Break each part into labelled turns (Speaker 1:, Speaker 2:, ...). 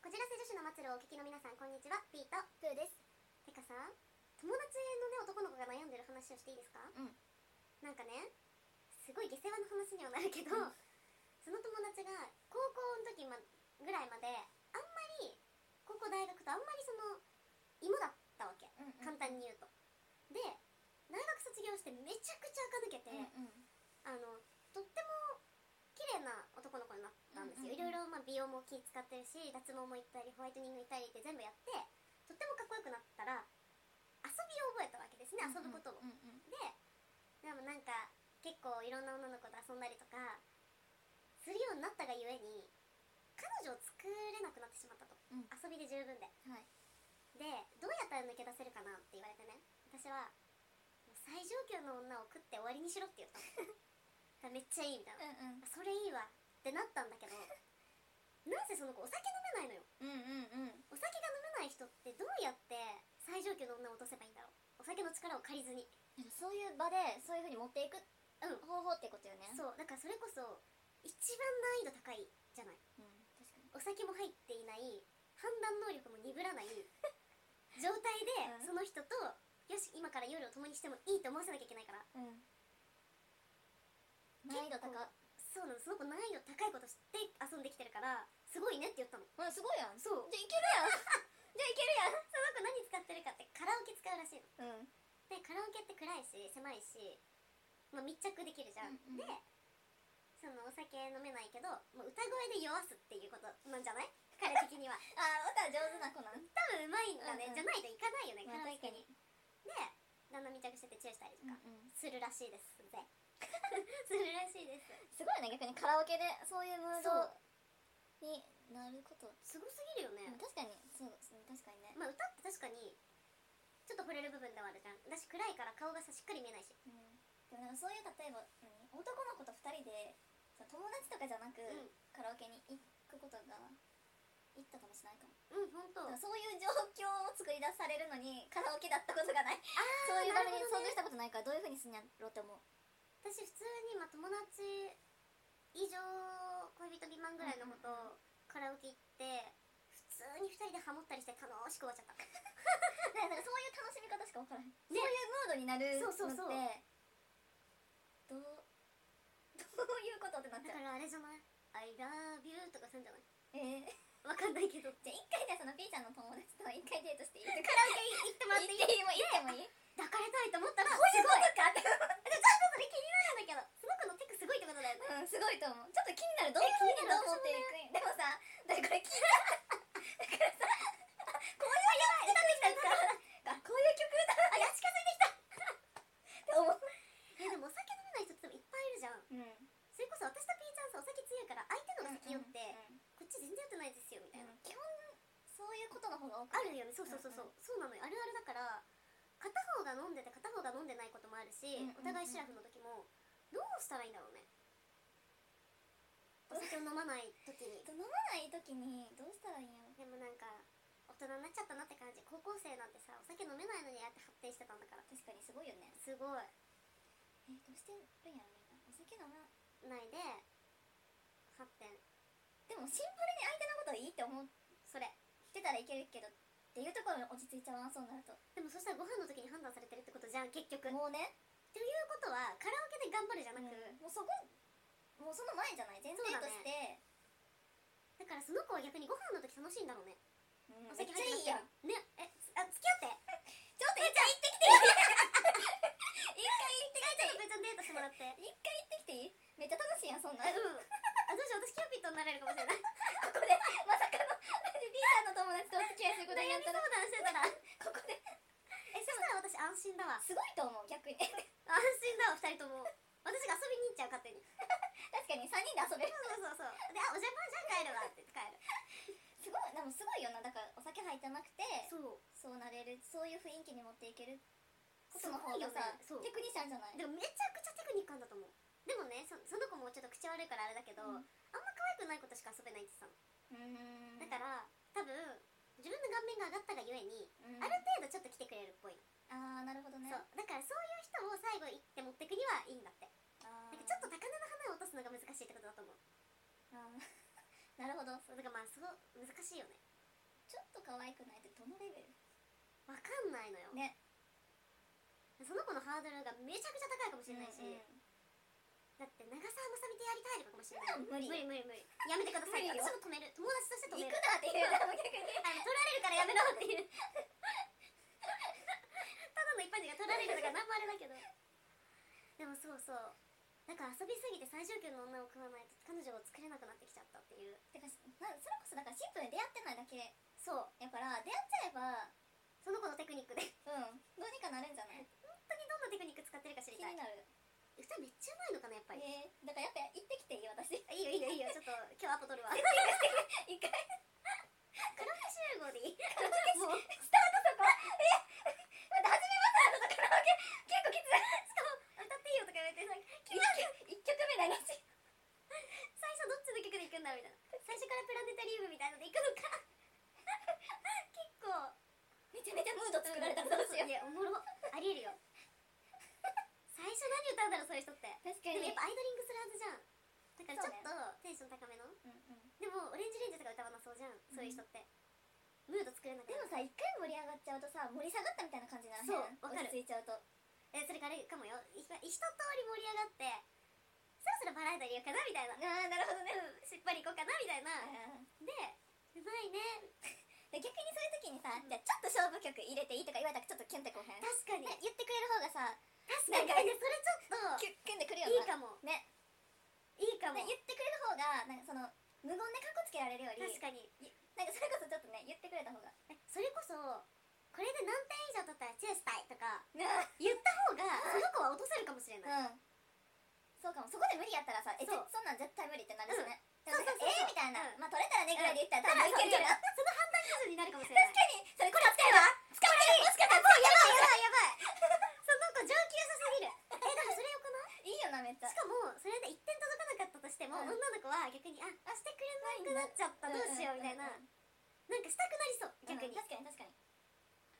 Speaker 1: こじらせ女子の末路をお聞きの皆さんこんにちはピーと
Speaker 2: プーです
Speaker 1: てかさ友達のね男の子が悩んでる話をしていいですか
Speaker 2: うん
Speaker 1: なんかねすごい下世話の話にはなるけど、
Speaker 2: うん
Speaker 1: その友達が高校の時、ま、ぐらいまであんまり高校大学とあんまりその芋だったわけ、
Speaker 2: うんうん
Speaker 1: 簡単に言うとで大学卒業してめちゃくちゃ垢抜けて、
Speaker 2: うんうん
Speaker 1: あのとっても綺麗な男の子になったんですよ、い
Speaker 2: うんうんうん
Speaker 1: ろいろ、まあ、美容も気使ってるし脱毛も行ったりホワイトニング行ったりって全部やってとってもかっこよくなったら遊びを覚えたわけですね遊ぶことを、
Speaker 2: うんうん
Speaker 1: ででもなんか結構いろんな女の子と遊んだりとかするようになったがゆえに彼女を作れなくなってしまったと、
Speaker 2: うん
Speaker 1: 遊びで十分で
Speaker 2: うんはい
Speaker 1: でどうやったら抜け出せるかなって言われてね私はもう最上級の女を食って終わりにしろって言ったのだからめ っちゃいいみたいな、
Speaker 2: うんうん
Speaker 1: あそれいいわってなったんだけど なんせその子お酒飲めないのよ
Speaker 2: うんうんうん
Speaker 1: お酒が飲めない人ってどうやって最上級の女を落とせばいいんだろうお酒の力を借りずに
Speaker 2: なんかそういう場でそういうふうに持っていく
Speaker 1: うん
Speaker 2: 方法ってことよねう、
Speaker 1: そうだからそれこそ一番難易度高いじゃない
Speaker 2: ん、確かに
Speaker 1: お酒も入っていない判断能力も鈍らない 状態
Speaker 2: う
Speaker 1: で
Speaker 2: ん
Speaker 1: その人とよし今から夜を共にしてもいいと思わせなきゃいけないから
Speaker 2: うん難易度高っ
Speaker 1: そうなのその子難易度高いこと知って遊んできてるからすごいねって言ったの
Speaker 2: うんすごいやん
Speaker 1: そう
Speaker 2: じゃあいけるやんじゃ
Speaker 1: その子何使ってるかってカラオケ使うらしいの
Speaker 2: あいけるやんうん
Speaker 1: でカラオケって暗いし狭いし、まあ、密着できるじゃん、
Speaker 2: うんうん
Speaker 1: でそのお酒飲めないけどもう歌声で酔わすっていうことなんじゃない彼的 には
Speaker 2: ああ歌上手な子なん
Speaker 1: 多分うまいんだね、
Speaker 2: うんうん
Speaker 1: じゃないといかないよね、
Speaker 2: まあ
Speaker 1: カラオケ
Speaker 2: 確か
Speaker 1: に
Speaker 2: に
Speaker 1: で旦那密着しててチューしたりとか
Speaker 2: うんうん
Speaker 1: するらしいですぜ するらしいです
Speaker 2: すごいね逆にカラオケでそういうムー
Speaker 1: そう
Speaker 2: ドになること
Speaker 1: すごすぎるよ
Speaker 2: うん
Speaker 1: ね、
Speaker 2: 確かにそうですね確かにね、
Speaker 1: まあ歌って確かにちょっと惚れる部分ではあるじゃん私暗いから顔がさしっかり見えないし
Speaker 2: うん、でもなんかそういう例えば何男の子と2人でその友達とかじゃなく、
Speaker 1: ん
Speaker 2: カラオケに行くことが行ったかもしれないかも
Speaker 1: うん本当
Speaker 2: だからそういう状況を作り出されるのにカラオケだったことがないそういう場面に遭遇したことないからどういうふうにすんやろうって思う
Speaker 1: 私普通にまあ友達以上恋人未満ぐらいのことをカラオケ行って普通に2人でハモったりして楽しく終わっちゃった
Speaker 2: だからなんかそういう楽しみ方しか分からない、そういうムードになるのって
Speaker 1: そうそうそう
Speaker 2: どう どういうことってなっち
Speaker 1: だから
Speaker 2: ゃう
Speaker 1: あれじゃない「I love you」とかするんじゃない
Speaker 2: えー、
Speaker 1: わかんないけど
Speaker 2: じゃあ一回でその P ちゃんの友達と一回デートしていいって
Speaker 1: カラオケ行ってもらっていい
Speaker 2: 行っていいも行ってもいい
Speaker 1: 抱かれたいと思ったら
Speaker 2: こういうことかって
Speaker 1: ちょっとそれ気になるんだけどその子のテクすごいってことだよね
Speaker 2: うん、すごいと思う。ちょっと気になる。どういうふうにどう思っていくでもさ、だからこれ聞い た。だからさ、こういう曲歌ってきたから、あ、こういう曲歌ってあ、近づいてきたって思う。
Speaker 1: えでもお酒飲めない人っていっぱいいるじゃん
Speaker 2: うん。
Speaker 1: それこそ私とピーちゃんさお酒強いから相手のが先酔って、
Speaker 2: うん
Speaker 1: こっち全然酔ってないですよみたいな、
Speaker 2: 基本、そういうことの方が多く
Speaker 1: あるよねそうそうそうそう、
Speaker 2: うん
Speaker 1: そうなのよあるあるだから片方が飲んでて片方が飲んでないこともあるし、
Speaker 2: うんうんうん
Speaker 1: お互いシラフの時もどうしたらいいんだろうねお酒を飲まない時に
Speaker 2: 飲まない時にどうしたらいいんやろ
Speaker 1: でもなんか大人になっちゃったなって感じ高校生なんてさお酒飲めないのにやって発展してたんだから
Speaker 2: 確かにすごいよね。
Speaker 1: すごい
Speaker 2: え、どうしてるんやろみんな。お酒飲ま
Speaker 1: ないで発展
Speaker 2: でもシンプルに相手のことをいいって思っ
Speaker 1: それ
Speaker 2: てたらいけるけど、っていうところに落ち着いちゃわなそうになると。
Speaker 1: でもそしたらご飯の時に判断されてるってことじゃん結局という
Speaker 2: もうね。
Speaker 1: ことはカラオケで頑張るじゃなく、
Speaker 2: うんもうそこもうその前じゃない前提として
Speaker 1: だからその子は逆にご飯の時楽しいんだろうね
Speaker 2: う
Speaker 1: お
Speaker 2: んめっ
Speaker 1: 酒
Speaker 2: ち
Speaker 1: 入
Speaker 2: ゃ
Speaker 1: ってなく
Speaker 2: いい
Speaker 1: て
Speaker 2: やん
Speaker 1: もねえつあ付き合って
Speaker 2: ちょっと一
Speaker 1: ちょっと別にデートしてもらって。うん。あ、どう
Speaker 2: 回行ってきていい一回行ってきていいめっちゃ楽しいやんそんなこ
Speaker 1: しよう、私キューピットになれるかもしれない。
Speaker 2: こでまさかの B さんの友達とお付き合いすることに
Speaker 1: 悩
Speaker 2: な
Speaker 1: み
Speaker 2: った
Speaker 1: 相
Speaker 2: ら
Speaker 1: 談してたら。
Speaker 2: ここで
Speaker 1: え、そしたら私安心だわ。
Speaker 2: すごいと思う逆に確
Speaker 1: 安心だわ、二人とも。私が遊びに行っちゃう、勝手に。
Speaker 2: かに3人で遊べる
Speaker 1: そうそうそう。で、あ、お邪魔じゃん、帰るわって言って帰る。
Speaker 2: すごいでもすごいよなだからお酒入ってなくて
Speaker 1: そう。
Speaker 2: そうなれるそういう雰囲気に持っていけること
Speaker 1: そ
Speaker 2: の
Speaker 1: の
Speaker 2: 方
Speaker 1: 方が
Speaker 2: が
Speaker 1: さ、、
Speaker 2: さ
Speaker 1: そう。
Speaker 2: テクニシャンじゃない
Speaker 1: でもめちゃくちゃテクニックあんだと思う。でもねそ、その子もちょっと口悪いからあれだけど、
Speaker 2: うん
Speaker 1: あんま可愛くないことしか遊べないって言ってたの。
Speaker 2: うん
Speaker 1: だから、多分、自分の顔面が上がったがゆえに、
Speaker 2: うん
Speaker 1: ある程度ちょっと来てくれるっぽい。
Speaker 2: あーなるほどね
Speaker 1: そう。だからそういう人を最後行って持ってくにはいいんだって。な
Speaker 2: あ
Speaker 1: んか
Speaker 2: ー
Speaker 1: ちょっと高根の花を落とすのが難しいってことだと思う。
Speaker 2: あーなるほど
Speaker 1: そうだからまあそう難しいよね。
Speaker 2: ちょっと可愛くないってどのレベル
Speaker 1: わかんないのよ、
Speaker 2: ね
Speaker 1: その子のハードルがめちゃくちゃ高いかもしれないし、
Speaker 2: うん
Speaker 1: だって長澤まさみでやりたいとかかもしれない、
Speaker 2: うん無理
Speaker 1: 無理無理無理やめてください
Speaker 2: 無理よ
Speaker 1: 私も止める友達として止
Speaker 2: 行
Speaker 1: め
Speaker 2: く
Speaker 1: る
Speaker 2: なって言うのも逆に
Speaker 1: あの取られるからやめろっていうただの一般人が取られるとか何もあれだけどでもそうそうなんか遊びすぎて最上級の女を食わないと彼女を作れなくなってきちゃったっていう
Speaker 2: てかなそれこそだからシンプルに出会ってないだけ
Speaker 1: そう
Speaker 2: やから出会っちゃえば
Speaker 1: その子のテクニックで
Speaker 2: うんどうにかなるんじゃない
Speaker 1: 本当にどんなテクニック使ってるか知
Speaker 2: 気
Speaker 1: り
Speaker 2: に
Speaker 1: たい
Speaker 2: なる
Speaker 1: 歌めっちゃうまいのかなやっぱり、
Speaker 2: えー、だからやっぱ行ってきていい私
Speaker 1: あいいよいいよいいよちょっと今日アポ取るわカ
Speaker 2: 一回
Speaker 1: ラオケ集合でいいもう
Speaker 2: スタートとかえだって初めましてあのカラオケ結構きつい
Speaker 1: 歌っていいよとか言われてなんか
Speaker 2: 一曲一曲目何し
Speaker 1: 最初どっちの曲で行くんだみたいな最初からプラネタリウムみたいなので行くのか結構
Speaker 2: めちゃめちゃムード作られたどうしよう
Speaker 1: いやおもろありえるよ最初何歌うんだろうそういう人って
Speaker 2: 確か
Speaker 1: でも
Speaker 2: に
Speaker 1: やっぱアイドリングするはずじゃんだからちょっとテンション高めの、
Speaker 2: うんうん
Speaker 1: でもオレンジレンジとか歌わなそうじゃんそういう人って、ムード作れなく
Speaker 2: で
Speaker 1: な
Speaker 2: も
Speaker 1: る
Speaker 2: さ一回盛り上がっちゃうとさ盛り下がったみたいな感じなの
Speaker 1: そう
Speaker 2: 変
Speaker 1: わかる
Speaker 2: 落ち着いちゃうと
Speaker 1: えそれからあれかもよ一一通り盛り上がってそろそろバラエティーやろうかなみたいな
Speaker 2: ああなるほどね
Speaker 1: うんしっぱりいこうかなみたいなでうまいね
Speaker 2: で逆にそういう時にさじゃあちょっと勝負曲入れていいとか言われたらちょっとキュンってこうへん
Speaker 1: 確かに
Speaker 2: ね言ってくれる方がさ
Speaker 1: 確かに
Speaker 2: なんか
Speaker 1: えそれちょっと
Speaker 2: キュンキュンってくるよ
Speaker 1: いいか
Speaker 2: な
Speaker 1: も
Speaker 2: ね
Speaker 1: いいかも
Speaker 2: ね言ってくれる方がなんかその無言でカッコつけられるより
Speaker 1: 確かに
Speaker 2: なんかそれこそちょっとね言ってくれた方が
Speaker 1: えそれこそこれで何点以上取ったらチューしたいとか
Speaker 2: うん
Speaker 1: 言った方がその子は落とせるかもしれない、
Speaker 2: そうかもそこで無理やったらさえ
Speaker 1: そう
Speaker 2: ぜそんなん絶対無理ってなるしねで
Speaker 1: うん
Speaker 2: もなんか
Speaker 1: そうそうそう
Speaker 2: えーみたい
Speaker 1: う
Speaker 2: な
Speaker 1: ん
Speaker 2: まあ取れたらねぐらいで言ったら多
Speaker 1: そ
Speaker 2: 分い
Speaker 1: の判
Speaker 2: けるよな
Speaker 1: 断基準になるかもしれない
Speaker 2: 確かにそれこれ使えば使えばもしかしたらもうやばいやばいやばい
Speaker 1: その子上級者すぎるえでもそれよくない
Speaker 2: いいよなめっちゃ
Speaker 1: しかもそれで1点届かなかったとしても、
Speaker 2: う
Speaker 1: 女
Speaker 2: ん
Speaker 1: の子は逆にああしてくれなくなっちゃったどうしようみたいな、
Speaker 2: んん
Speaker 1: なんかしたくなりそう
Speaker 2: うん
Speaker 1: 逆に、
Speaker 2: 確かに確かに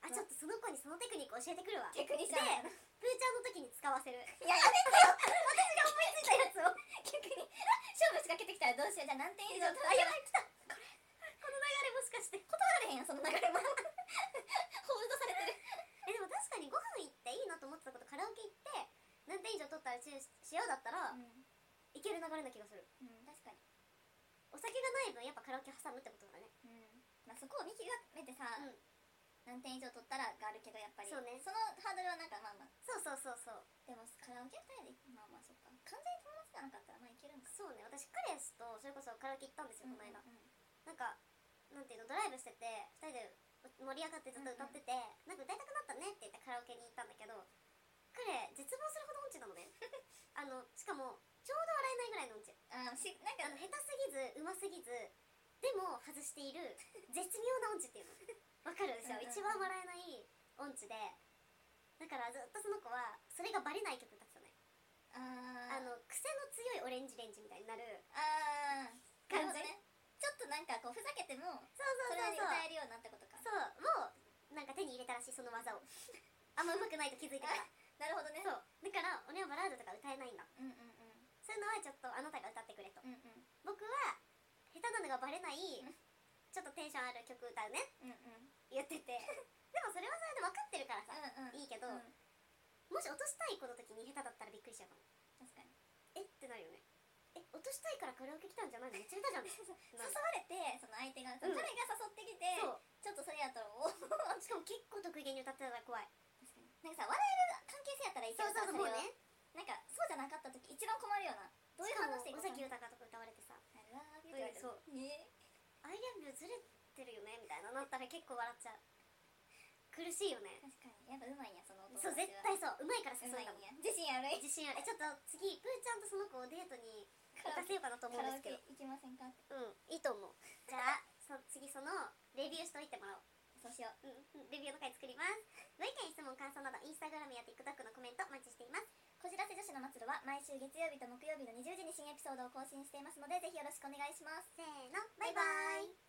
Speaker 1: あちょっとその子にそのテクニック教えてくるわ
Speaker 2: テクニシ
Speaker 1: で
Speaker 2: ャ
Speaker 1: プ
Speaker 2: ン
Speaker 1: ーちゃんの時に使わせる
Speaker 2: いややめてよ
Speaker 1: 私が思いついたやつを
Speaker 2: 逆に 勝負仕掛けてきたらどうしようじゃあ何点以上取
Speaker 1: あやば
Speaker 2: い来た
Speaker 1: この流れもしかして
Speaker 2: 断られへんやんその流れもホールドされてる
Speaker 1: えでも確かにご飯行っていいなと思ってたことカラオケ行って何点以上取ったらチューししようだったら、
Speaker 2: う
Speaker 1: いける流れな気がする
Speaker 2: ん、うん、確かに
Speaker 1: お酒がない分やっぱカラオケ挟むってことだね
Speaker 2: うんまあそこを見極めてさ、
Speaker 1: うん
Speaker 2: 何点以上取ったらがあるけどやっぱり
Speaker 1: そうね
Speaker 2: のハードルはなんかまあまあ
Speaker 1: そうそうそうそう
Speaker 2: でもカラオケ二人でまあまあそっか完全に友達がなかったらまあいけるんか
Speaker 1: そうね私彼氏とそれこそカラオケ行ったんですよこの間、
Speaker 2: うん
Speaker 1: なんかなんていうのドライブしてて2人で盛り上がってずっと歌ってて、なんか歌いたくなったねって言ってカラオケに行ったんだけど彼絶望するほど音痴なの ねあのしかもちょうど笑えないぐらいの音痴
Speaker 2: あーしなん
Speaker 1: あ
Speaker 2: か
Speaker 1: の下手すぎずうますぎずでも外している絶妙な音痴っていうのわかるでしょ
Speaker 2: うんうんうん
Speaker 1: 一番笑えない音痴でだからずっとその子はそれがバレない曲歌ってたのよあ
Speaker 2: あー
Speaker 1: の癖の強いオレンジレンジみたいになる
Speaker 2: あー
Speaker 1: 感
Speaker 2: 感
Speaker 1: じ
Speaker 2: じねちょっとなんかこうふざけても
Speaker 1: そう
Speaker 2: それに
Speaker 1: そう
Speaker 2: 歌えるようになったことか
Speaker 1: そうもうなんか手に入れたらしいその技 をあんま上手くないと気づいたから
Speaker 2: なるほどね
Speaker 1: そうだから俺はバラードとか歌えないんだ
Speaker 2: うんうんうん
Speaker 1: そういうのはちょっとあなたが歌ってくれと
Speaker 2: うんうん
Speaker 1: 僕は下手なのがバレない
Speaker 2: うん
Speaker 1: ちょっとテンションある曲歌うね
Speaker 2: うんうんうん
Speaker 1: 言って てでもそれはそれで分かってるからさ
Speaker 2: うん
Speaker 1: いいけど、
Speaker 2: うん
Speaker 1: もし落としたい子の時に下手だったらびっくりしちゃうかも
Speaker 2: 確かに
Speaker 1: えってなるよねえ落としたいからカラオケ来たんじゃないのめっちゃ歌じゃん
Speaker 2: 誘われてその相手が、
Speaker 1: うん
Speaker 2: 彼が誘ってきて
Speaker 1: そう
Speaker 2: ちょっとそれやったらおお確か
Speaker 1: しかも結構得意げに歌ってたから怖い
Speaker 2: になんかさ笑える関係性やったらいいけ
Speaker 1: そう
Speaker 2: どさ
Speaker 1: そうそうもう
Speaker 2: れは
Speaker 1: ね
Speaker 2: なんかそうじゃなかった時一番困るようなどういう話していい
Speaker 1: お
Speaker 2: か
Speaker 1: さき
Speaker 2: 分かん
Speaker 1: 豊
Speaker 2: ない
Speaker 1: かとか歌われてさ
Speaker 2: I love you って言われて
Speaker 1: そう
Speaker 2: ね
Speaker 1: 「アイラブずれてるよね」みたいななったら結構笑っちゃう苦しいよね
Speaker 2: 確かにやっぱうまいんやその男
Speaker 1: そう絶対そううまいから誘
Speaker 2: うま
Speaker 1: い
Speaker 2: い
Speaker 1: だ
Speaker 2: ん
Speaker 1: もん
Speaker 2: や自信ある
Speaker 1: 自信あるえちょっと次プーちゃんとその子をデートに行かせようかなと思
Speaker 2: カ
Speaker 1: うんで
Speaker 2: ラ
Speaker 1: す
Speaker 2: オケ
Speaker 1: けど
Speaker 2: 行きませんかって
Speaker 1: うんいいと思うじゃあそ次そのレビューしといてもらおう
Speaker 2: そうしよう
Speaker 1: うん、レビューの回作ります。ご意見、質問、感想など、インスタグラムや TikTok のコメントお待ちしています。
Speaker 2: こじらせ女子の末路は毎週月曜日と木曜日の20時に新エピソードを更新していますのでぜひよろしくお願いします
Speaker 1: せーの、バイバイ。